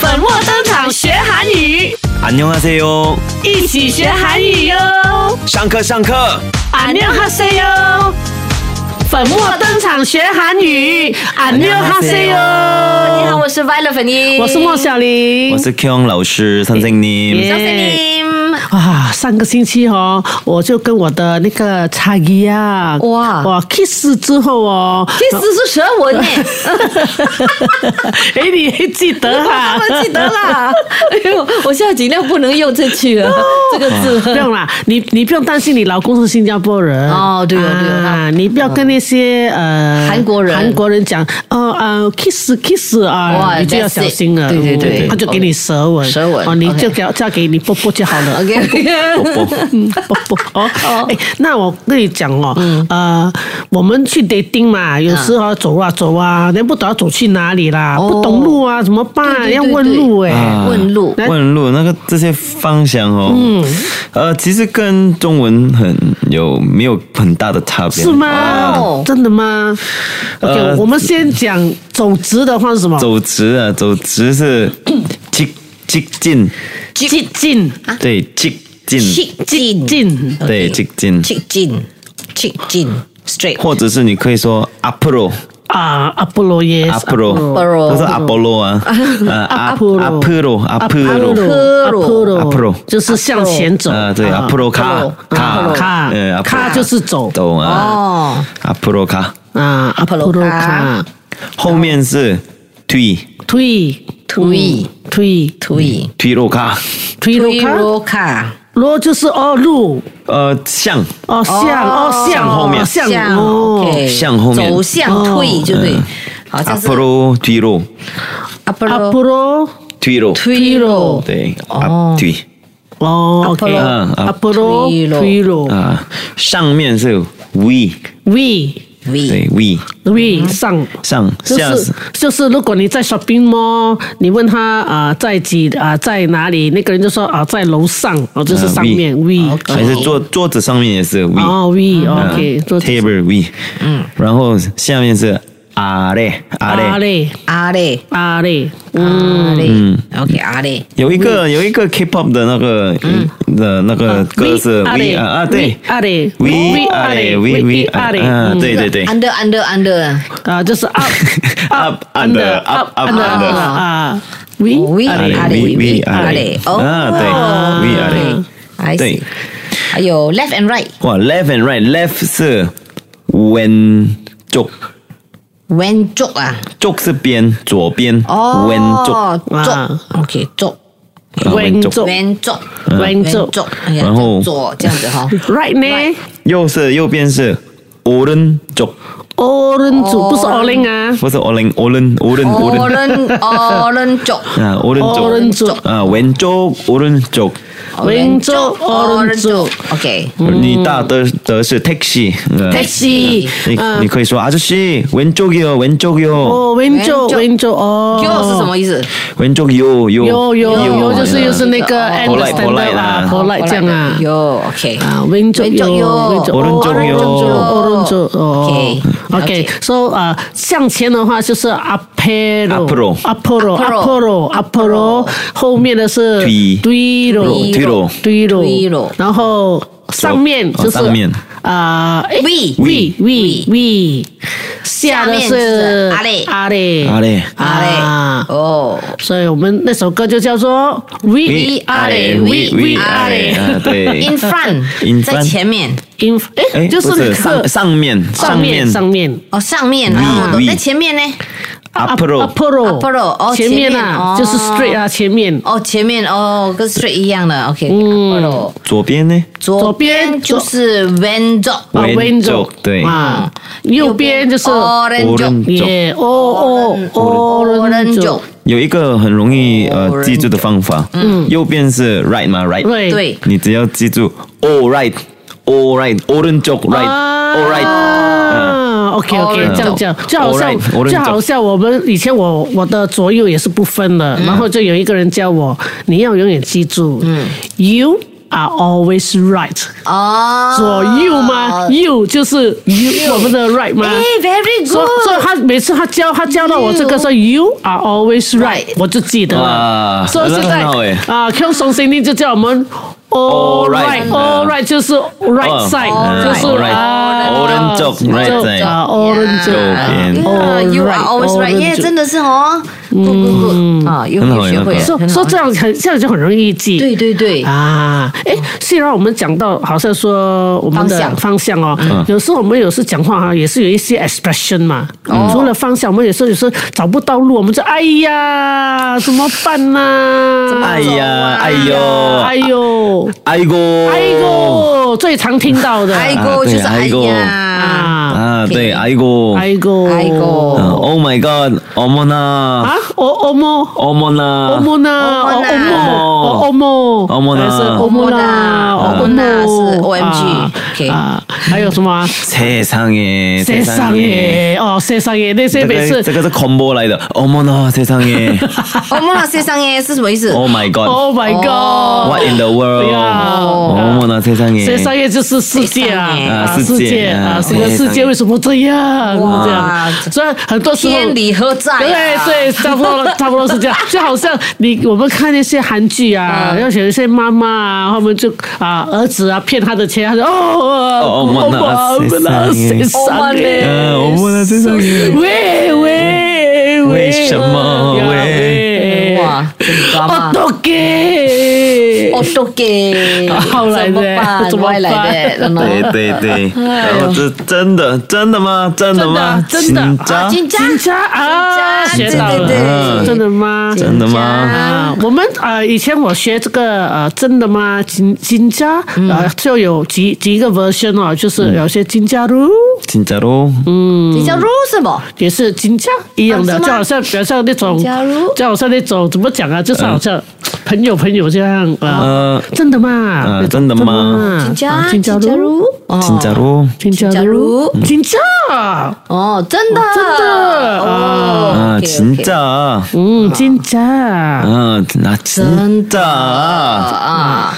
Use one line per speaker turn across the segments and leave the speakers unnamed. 本末登场学韩语，
안녕하세요，
一起学韩语哟！
上课上课，
안녕하세요。粉墨登场学韩语，안녕하세요。
你好，我是 Violet 粉妮，
我是莫小玲，
我是 Kyung 老师선생님。
小玲。
啊，上个星期哦，我就跟我的那个差一啊，
哇
我 kiss 之后哦，
这只是舌吻 呢，
哎，你还记得啊哈、
我记得啦。 哎呦，我现在尽量不能用这句 了，这个字
不用啦，你你不用担心，你老公是新加坡人
哦对哦对哦
啊
那
你不要跟那些呃
韩国人
韩国人讲，哦呃 kiss kiss 啊，
哇
你就要
that's it
小心了，
对对对
嗯他就给你舌吻，
OK 舌吻
哦，你
OK
就给嫁给你波波就好 了。
OK，
嗯，不不 哦，哎，那我跟你讲哦，
嗯
呃，我们去 dating 嘛，有时候走啊走啊，人不懂要走去哪里啦，
哦
不懂路啊怎么
对
办？
对
要问路哎
啊，
问路
问路那个这些方向哦，嗯，呃，其实跟中文很有没有很大的差别？
是？吗
哦？
真的吗？OK，
呃
我们先讲走直的话是什么？
走直啊，走直是激激进，
激进，
对，激进，
激进，
对，激进，
进，进进，straight。
或者是你可以说 Apro。
啊，阿波罗耶，
阿波罗，
Apollo
不是阿波罗啊，呃阿
波罗
阿波罗，阿波罗，
阿波罗，
阿波罗
就是向前走
啊，对，阿波罗卡卡
卡
嗯阿
卡
波罗
啊就是走
走啊，
哦，
阿波罗卡，
啊，阿波罗卡，
后面是推
推嗯
推
推
推
推罗卡，
推罗卡。
卡，
罗就是哦路
呃向
哦向哦向
向后面
向
向
哦
OK
向后面哦嗯
走向退就对，好
阿
像是
波罗推罗
阿波
阿
罗
波罗
推罗，
推罗
对，阿推
哦
Apollo
OK
嗯
阿波罗
Apollo
推罗
啊，上面是 we，
we
，V
对 we
we 上。
上
就
下
是就是，如果你在 shopping mall，你问他啊、呃在几啊、在哪里，那个人就说啊、在楼上，哦这是
呃
上
we
面 we
还是桌桌子上面也是 we。
哦 we
嗯
OK 做
table we，嗯，然后下面是阿嘞阿
啊
嘞，
嘞
阿嘞
啊嘞，嗯
阿
Hmm.
嘞，OK 阿嘞，
有一个有一个 그, K-pop 的那个的那个歌是 we 啊啊对
啊嘞
we 阿嘞 we we
啊嘞，
啊对对对
under under under
啊，就是 up
up under up up
under
under
啊，we
，V
阿嘞
阿
we
嘞
we
阿
阿
嘞
嘞，
哦，
啊对 we 阿嘞，
I see，
对
还有 Oh. left and right
哇 어, left and right left 是 when 左
왼쪽 啊，
左是边左边
哦
when 左
啊
쪽，OK 쪽
啊 when 左
왼쪽
Ah.
왼쪽
왼쪽，哎呀
然后
左这样子 哈，
right 呢？
右是右边是 오른쪽
오른쪽 不是
오른-
orange 啊，
不是 오른 오른 오른 오른
오른 오른쪽
아 오른쪽
오른쪽.
아 왼쪽 오른쪽
왼쪽, 오른쪽.
OK
你大德德是 taxi
택시
你你可以说아저씨 어. 왼쪽이요왼쪽이요
哦왼쪽 뭐- 왼쪽 哦
yo 是什么意思？
왼쪽이요요
有有有，就是又是那个
哦
end
polite，polite
standard 啊
啦
，polite 这样
ah.
啊。
yo OK
아,
啊，温州有，温州
왼쪽요
오른쪽요 어.
温州哦
OK，了解
，OK，so
아,
啊，向前的话就是 apero，apero，
Apero
apero，apero，apero，后面的是
뒤
뒤로，
뒤로
뒤로，
뒤로
然后上面
左
就
哦
是
上面 아,
啊
V
v v v，下的
下面是
是
阿里
阿里
아래
阿嘞
啊，
哦
所以我们那首歌就叫做 we
We
are
Are
we
We
we
We
are
Are。啊对
，in front
In
在
front
前面
in
哎
哎，就是
不
那
是
个
上上面
上面上面
哦上面
We，
啊，
we
在前面呢
아, 앞으로
Apollo
Apollo，哦
前面
前面
啊
哦，
就是 straight
아,
啊前面
哦前面哦跟 straight 一样的 OK 哦
左边呢
左
左
边
边
嗯左
就是 왼쪽
啊
아, 왼쪽，对 네. 아.
啊，
음.
右边就是
오른쪽
오른쪽
耶哦哦
어,
어,
오른쪽
orange
有一个很容易呃
Orange
记住的方法，嗯，右边是 right 嘛，right，
对
对
你只要记住 all right，all right，orange right，all right，
啊，OK OK，
Orange
这样这样，就好像
Alright, orange
就好像我们以前我我的左右也是不分的，然后就有一个人教我，你要永远记住，嗯，You are always right，
哦，
左右吗？You 就是啊 you 我们的 right 吗
哎？，very
所以
good，
所以他每次他教他教到我这个说 You are always
Right
right，我就记得了
哇。
所以现在
很好欸
啊，Q 松先生就叫我们 All
All
right,
right
all right 就是 right side，
嗯
就是
all right
啊
orange joke, right side
啊 orange
右
joke
边
Yeah, you are
Alright,
always right，
alright
耶，真的是哦，不
嗯
不不，啊，又
很好
又学会了，
很
说
很好
说这样很这样就很容易记。
对对对，
啊，哎，虽然我们讲到好像说我们
方
的
向
方向哦，
嗯
有时候我们有时讲话哈，也是有一些 expression 嘛。
哦
除了方向，我们有时候有时候找不到路，我们就哎呀，怎么办呐？
哎呀，哎呦，
哎呦，
哎呦，
哎，呦，最常听到的，
爱
啊
过就
对
是哎
爱过
아,
呀，
啊，
啊，对，哎呦，
哎呦，
哎
嗯
过，
，Oh my God，我们
啊
呐，，
哦哦么。
我们呐，
欧莫娜，
Omona
欧莫，欧莫，
Omona
是欧莫娜，欧莫
Omona 是 OMG
啊
OK
啊，还有什么啊？
세상
아,
에，
세상에어세상에내세
这
배스
个这个是 combo 来的，我们呐，세상 에
哦我们老师上耶是什么意思？
，Oh my
Oh my god！
어.
God，What in the
呀
world，我们呐，세상에，
세상에就是世界啊
세상에
啊，
啊
世
世
界
界
啊，
啊
整个世界为什么这样？
哇
这样，所以很多时候。
天理何在啊？
对对，差不多了，差不多是这样。就好像你我们看那些韩剧啊，
嗯
要选一些妈妈啊，他们就啊儿子啊骗他的钱，他说哦，
哦
我
我们啊
我们啊谁
谁
哦
上嘞？
嗯，我们呐，세상에。
喂喂喂，
为什么
呀
喂
哇，真抓
我
吗？
都给。
我都给，
后来呢
怎么办？
怎么办
外来的，
对对对，然后这真的真的吗？真的吗？
真的真的
紧张
金家，
金家啊，学
金
到
家，对
了，
对
真
对，
的吗？
真的吗？
啊
啊，，
我们呃以前我学这个呃真的吗金金家
嗯
呃就有几几个 version 哦，就是有些金家路
진짜로
你
嗯
叫 Rose 吗？
也是金家一样的，
啊是
就
吗
好像比较像那种
金家路，
就好像那种怎么讲啊，就是好像朋友朋友这样啊
呃，
真的吗？
呃
啊
那种
真的吗
金
啊
家，
金家路，，
哦
진짜로
金家
金家
路
路，
金家。
哦，真的，
真的
哦
啊
OK，OK
아, 진짜
嗯，金家。
嗯
啊나진
真
짜
的啊，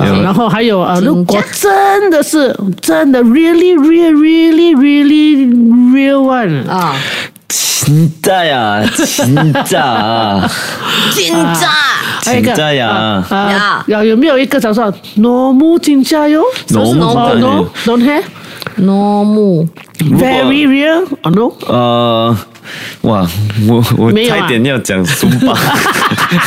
有
然后还有呃，
金家
如果真的是真的 really real really really real one，
啊，
진짜야진 짜
金家，
还有一个
진짜야
啊
呀，
有有没有一个早上 normal 金家哟
너무
哦
짜
no
요
don't have
诺木，
如果
very real or no
呃，哇，我我
没有啊
差点要讲松 巴，
啊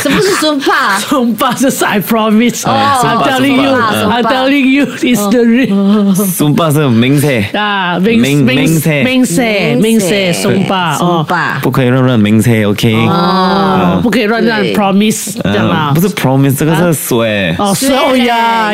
什么是孙帕？
从八就是 I promise
哦
I'm telling you
松巴
I'm
松巴
telling you is the real
松巴是名菜，
啊明
明
明
明菜
明色明色松巴
松
哦
巴，
不可以乱乱名菜，OK？ 아. 어.
哦不可以乱乱
对
promise 这样啦
嗯，不是 promise，这个是水。
哦，是哦
对
呀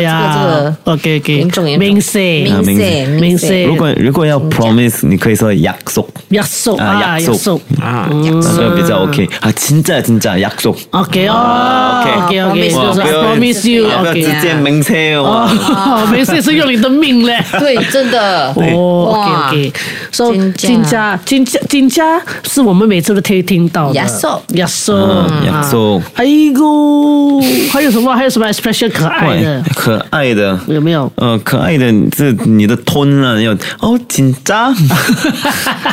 呀这个
呀，OK OK，
严重严重
明细
啊
明
明
色
色
明
明
色
色，
如果如果要 promise，你可以说약속，
약속
啊
啊
약속
아
这个比较 OK。啊， 아, 진짜진짜약속。
OK 哦
OK
OK OK，
哇
就是 I
不要
promise you
啊不要
OK，
直接明车哦。
哦，没事是用你的命嘞。
对，真的，
哦
哇
，OK OK，所以金
金
家
家
金家金家是我们每次都可以听到的。
亚索
亚索
嗯亚索
啊哎呦，还有什么？还有什么 expression 可爱
对
的？，
可爱的。
有没有？
呃，可爱的，这你的 tone 啊，要哦紧 张，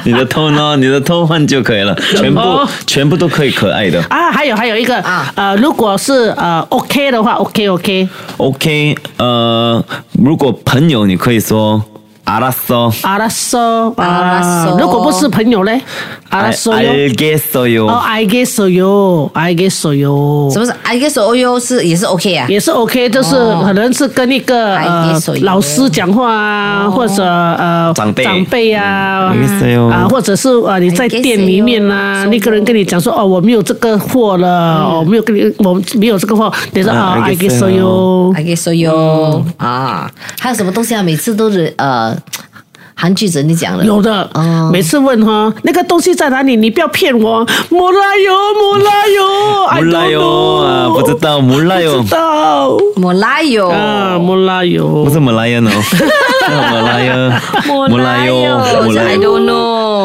你的 tone 哦，你的 tone 换就可以了，全部、
哦
全部都可以可爱的。
啊，还有还有一个
啊
呃，如果是呃 OK 的话，OK OK，
OK，呃，如果朋友你可以说알았어，
阿拉索啊
알았，어
如果不是朋友嘞，阿拉索哟，
알겠어요，
哦，I guess 哟，I guess 哟
什，么是 I guess O U 是也是 OK 啊？
也是 OK，就是可能是跟那个
I
呃
guess 哟
老师讲话啊，或者呃
长辈
长辈啊
嗯，I guess 哟
啊，或者是呃你在
I guess
店里面呐，
哟
那个人跟你讲说哦，我没有这个货了，我没有跟你，我没有这个货，你说
啊
啊，I
I guess
guess 哟嗯
I guess so 哟啊，还有什么东西啊？每次都是呃，韩剧怎么讲的？
有的，
哦
每次问哈，那个东西在哪里？你不要骗我，莫拉油，莫拉 油，I
몰라요啊，不知
don't know，
道，몰라
不
요
知，道
莫拉哟，
啊，莫拉油
不，是马来人 哦，马来人，몰라요，몰라
I
요，
don't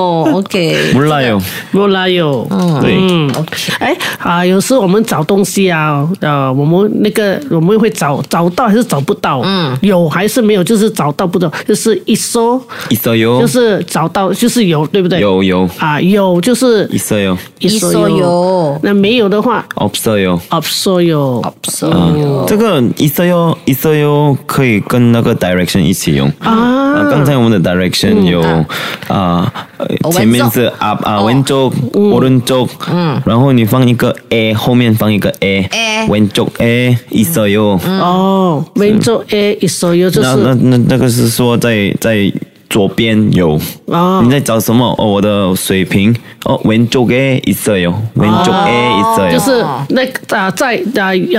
know，OK，
몰라요， 네.
莫拉油，嗯
对，
嗯哎啊，有时我们找东西啊，呃，我们那个我们会找找到还是找不到，嗯，有还是没有，就是找到不懂，就是一搜，
있어요，
就是找到，就是有，对不对？
哦有有
啊，有就是
있어요，
一搜有
那没有的话
없어요。
없어요， 啊
这个있어요있어요可以跟那个 direction 一起用
啊
刚才我们的 direction 아, 有啊，呃前面是 up 啊， 아, 왼쪽오른쪽，然后你放一个 a，后面放一个
A
a，왼쪽 a 있어요。
哦，温州 A 一首有就
那嗯那
是
那那个是说在在左边有。
哦
你在找什么？哦，我的水平哦，왼쪽에있어요，왼쪽에있어요，
就是
哦
那啊在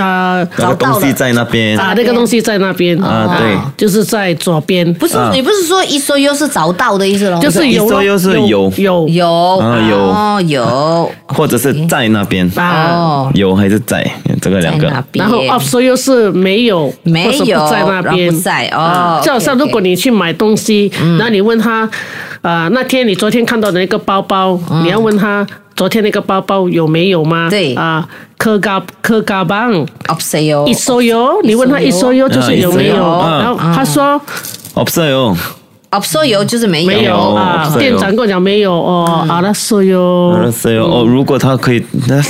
啊啊
那个东西在那边
啊那个东西在那边
啊，对。
就是在左边，
不是你不是说一搜有是找到的意思咯？
啊就是有咯
一搜又是
有有
有
有
啊有
哦有
或者是在那边，
啊，
哦，
有还是在这个
在
两
那
个。
边，
然后 up 说又是没有，
嗯没有
或者不在那
然后
边
不在哦嗯
啊
OK，
就好像
OK
如果你去买东西，然后你问他，啊那天你昨天看到的那个包包，你要问他昨天那个包包有没有吗？
嗯对哦
啊，科嘎科嘎邦。
up s a
一收
哦
油，你问他啊一收油就是有没有，
嗯
然后他说
없어요，
up s a 就是没
嗯没
有
有
有
啊
没，有
店长跟我讲没有哦，
嗯
阿拉收油
알았어요。哦，如果他可以，那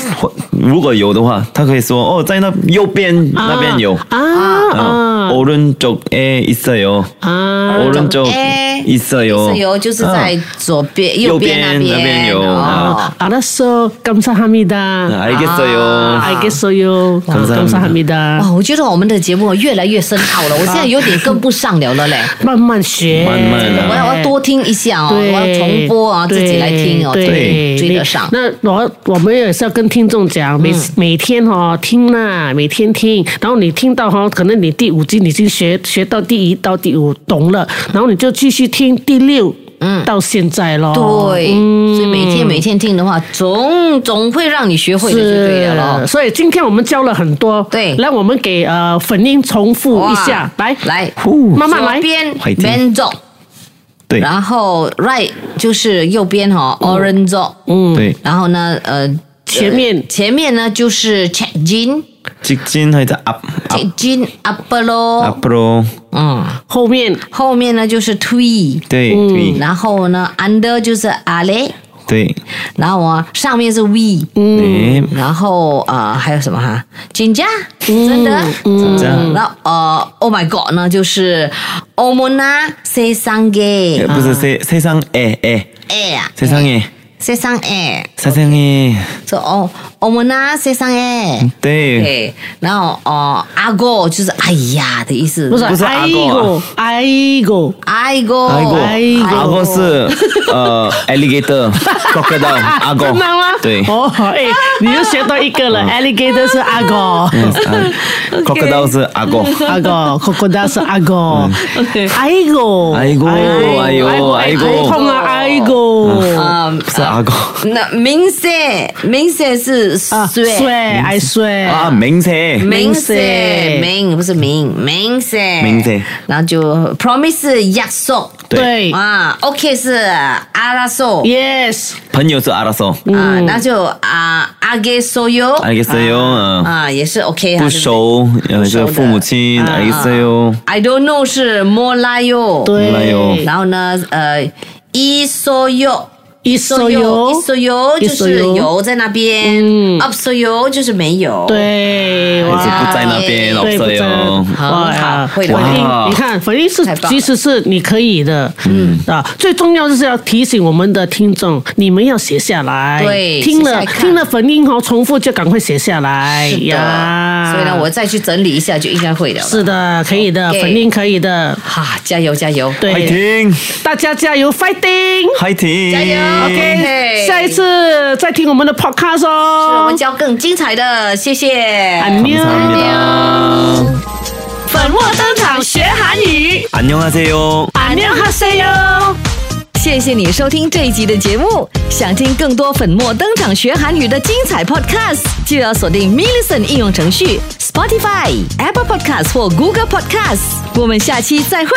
如果有的话，他可以说哦，在那右边那边有。
啊啊
오른쪽에있어요，
啊
오른쪽
에
있어요，
有就是在
嗯
左边右边那
右边那边有
哦
啊
阿拉收，感谢哈密达，
알겠어요。
爱给收油，感
감사합니다
谢哈密达
哇，，我觉得我们的节目越来越深奥了，我现在有点跟不上了了 嘞。
慢慢学，
慢啊慢
我
来
要我要多听一下哦，
哎对，
我要重播啊，自己来听哦，才
对
能追得上。嗯
那我我们也是要跟听众讲，每、每天哦听啦，每天听，然后你听到哈、哦，可能你第五季你已经学学到第一到第五懂了，然后你就继续听第六，嗯，到现在咯。
对，
嗯
所以每天每天听的话，总总会让你学会的，就对了咯
是，。所以今天我们教了很多，
对
来我们给呃粉英重复一下，
哇
来
来，
慢慢来
左，边
快听
man 中，
对
然后 right 就是右边哈、哦、orange 中，嗯，
对，
然后呢呃
前面
呃前面呢就是 check in
직진하여튼 up up
check in upper
어.
咯，
앞으로
嗯，
后面
后面呢就是 twee，
对对
然后呢 under 就是 a l
对，
然后啊上面是 we，
네
然后呃还有什么哈？金家，
嗯
真的，真
的嗯
然后呃，Oh my God 呢，就是欧莫那세상
에,
에
네. 무슨 세 세상 에에
에啊，
세상에
세상 에
세상에
so 어 어머나 세상에
네
네然后哦阿哥就是哎呀的意思
不是
不是
哎
阿
呦
狗
哎呦，
哎哥
아이고,
아이고.
악어 스 어, 엘리게이터, 네. 크로커다일, 악어.
真的吗？
啊对嗯
哦，哎，你又学到一个了。Alligator 是阿狗，
아, 네, 크로커다일 스 악어.
阿 狗，crocodile 是阿
嗯
狗。哎呦，
哎呦
哎呦
哎呦
哎呦
哎呦
痛啊，哎呦。
嗯
啊
스 악어.
那明塞明塞是
啊，
水
哎睡，
아, 맹세.
明塞
맹세
明不是明明塞
明塞
然后就 promise 是约束
네.
对
啊 OK 是阿拉索
，yes，
번요 스 알아서.
嗯
啊那就啊阿给所有
알겠어요. 어.
啊也是 OK 啊哎对不对
부쇼. 어,
不熟的。
그 부모친.
아.
알겠어요.
I don't know 是莫拉哟，
몰라요
对，
然后呢，呃，一说哟。
一手油
一，手油就是油在那边，嗯，up 手油就是没有，，
对，
그래서
哇。
네, 부자이나벤
对，不
없어요.
真
好
哇呀
好会的
反
哇
应你看，反应是
太棒了
其实是你可以的，嗯啊，最重要就是要提醒我们的听众，你们要写下来，
对
听了
写下来看
听了反应哦，重复就赶快写下来
是的。
呀。
哎所以呢，我再去整理一下就应该会的了。
是的，可以的，
OK
反应可以的，
哈，加油加油，
네.
对，
화이팅!
大家加油，fighting！
화이팅!
加油！ OK
下一次再听我们的 podcast
我
哦
们。教更精彩的，谢谢，
安妞。
감사합니다.
粉墨登场学韩语，
안녕하세요.
안녕하세요。
谢谢你收听这一集的节目。想听更多粉墨登场学韩语的精彩 podcast，就要锁定 m i l l i c e n t 应用程序、Spotify、Apple Podcast 或 Google Podcast。我们下期再会。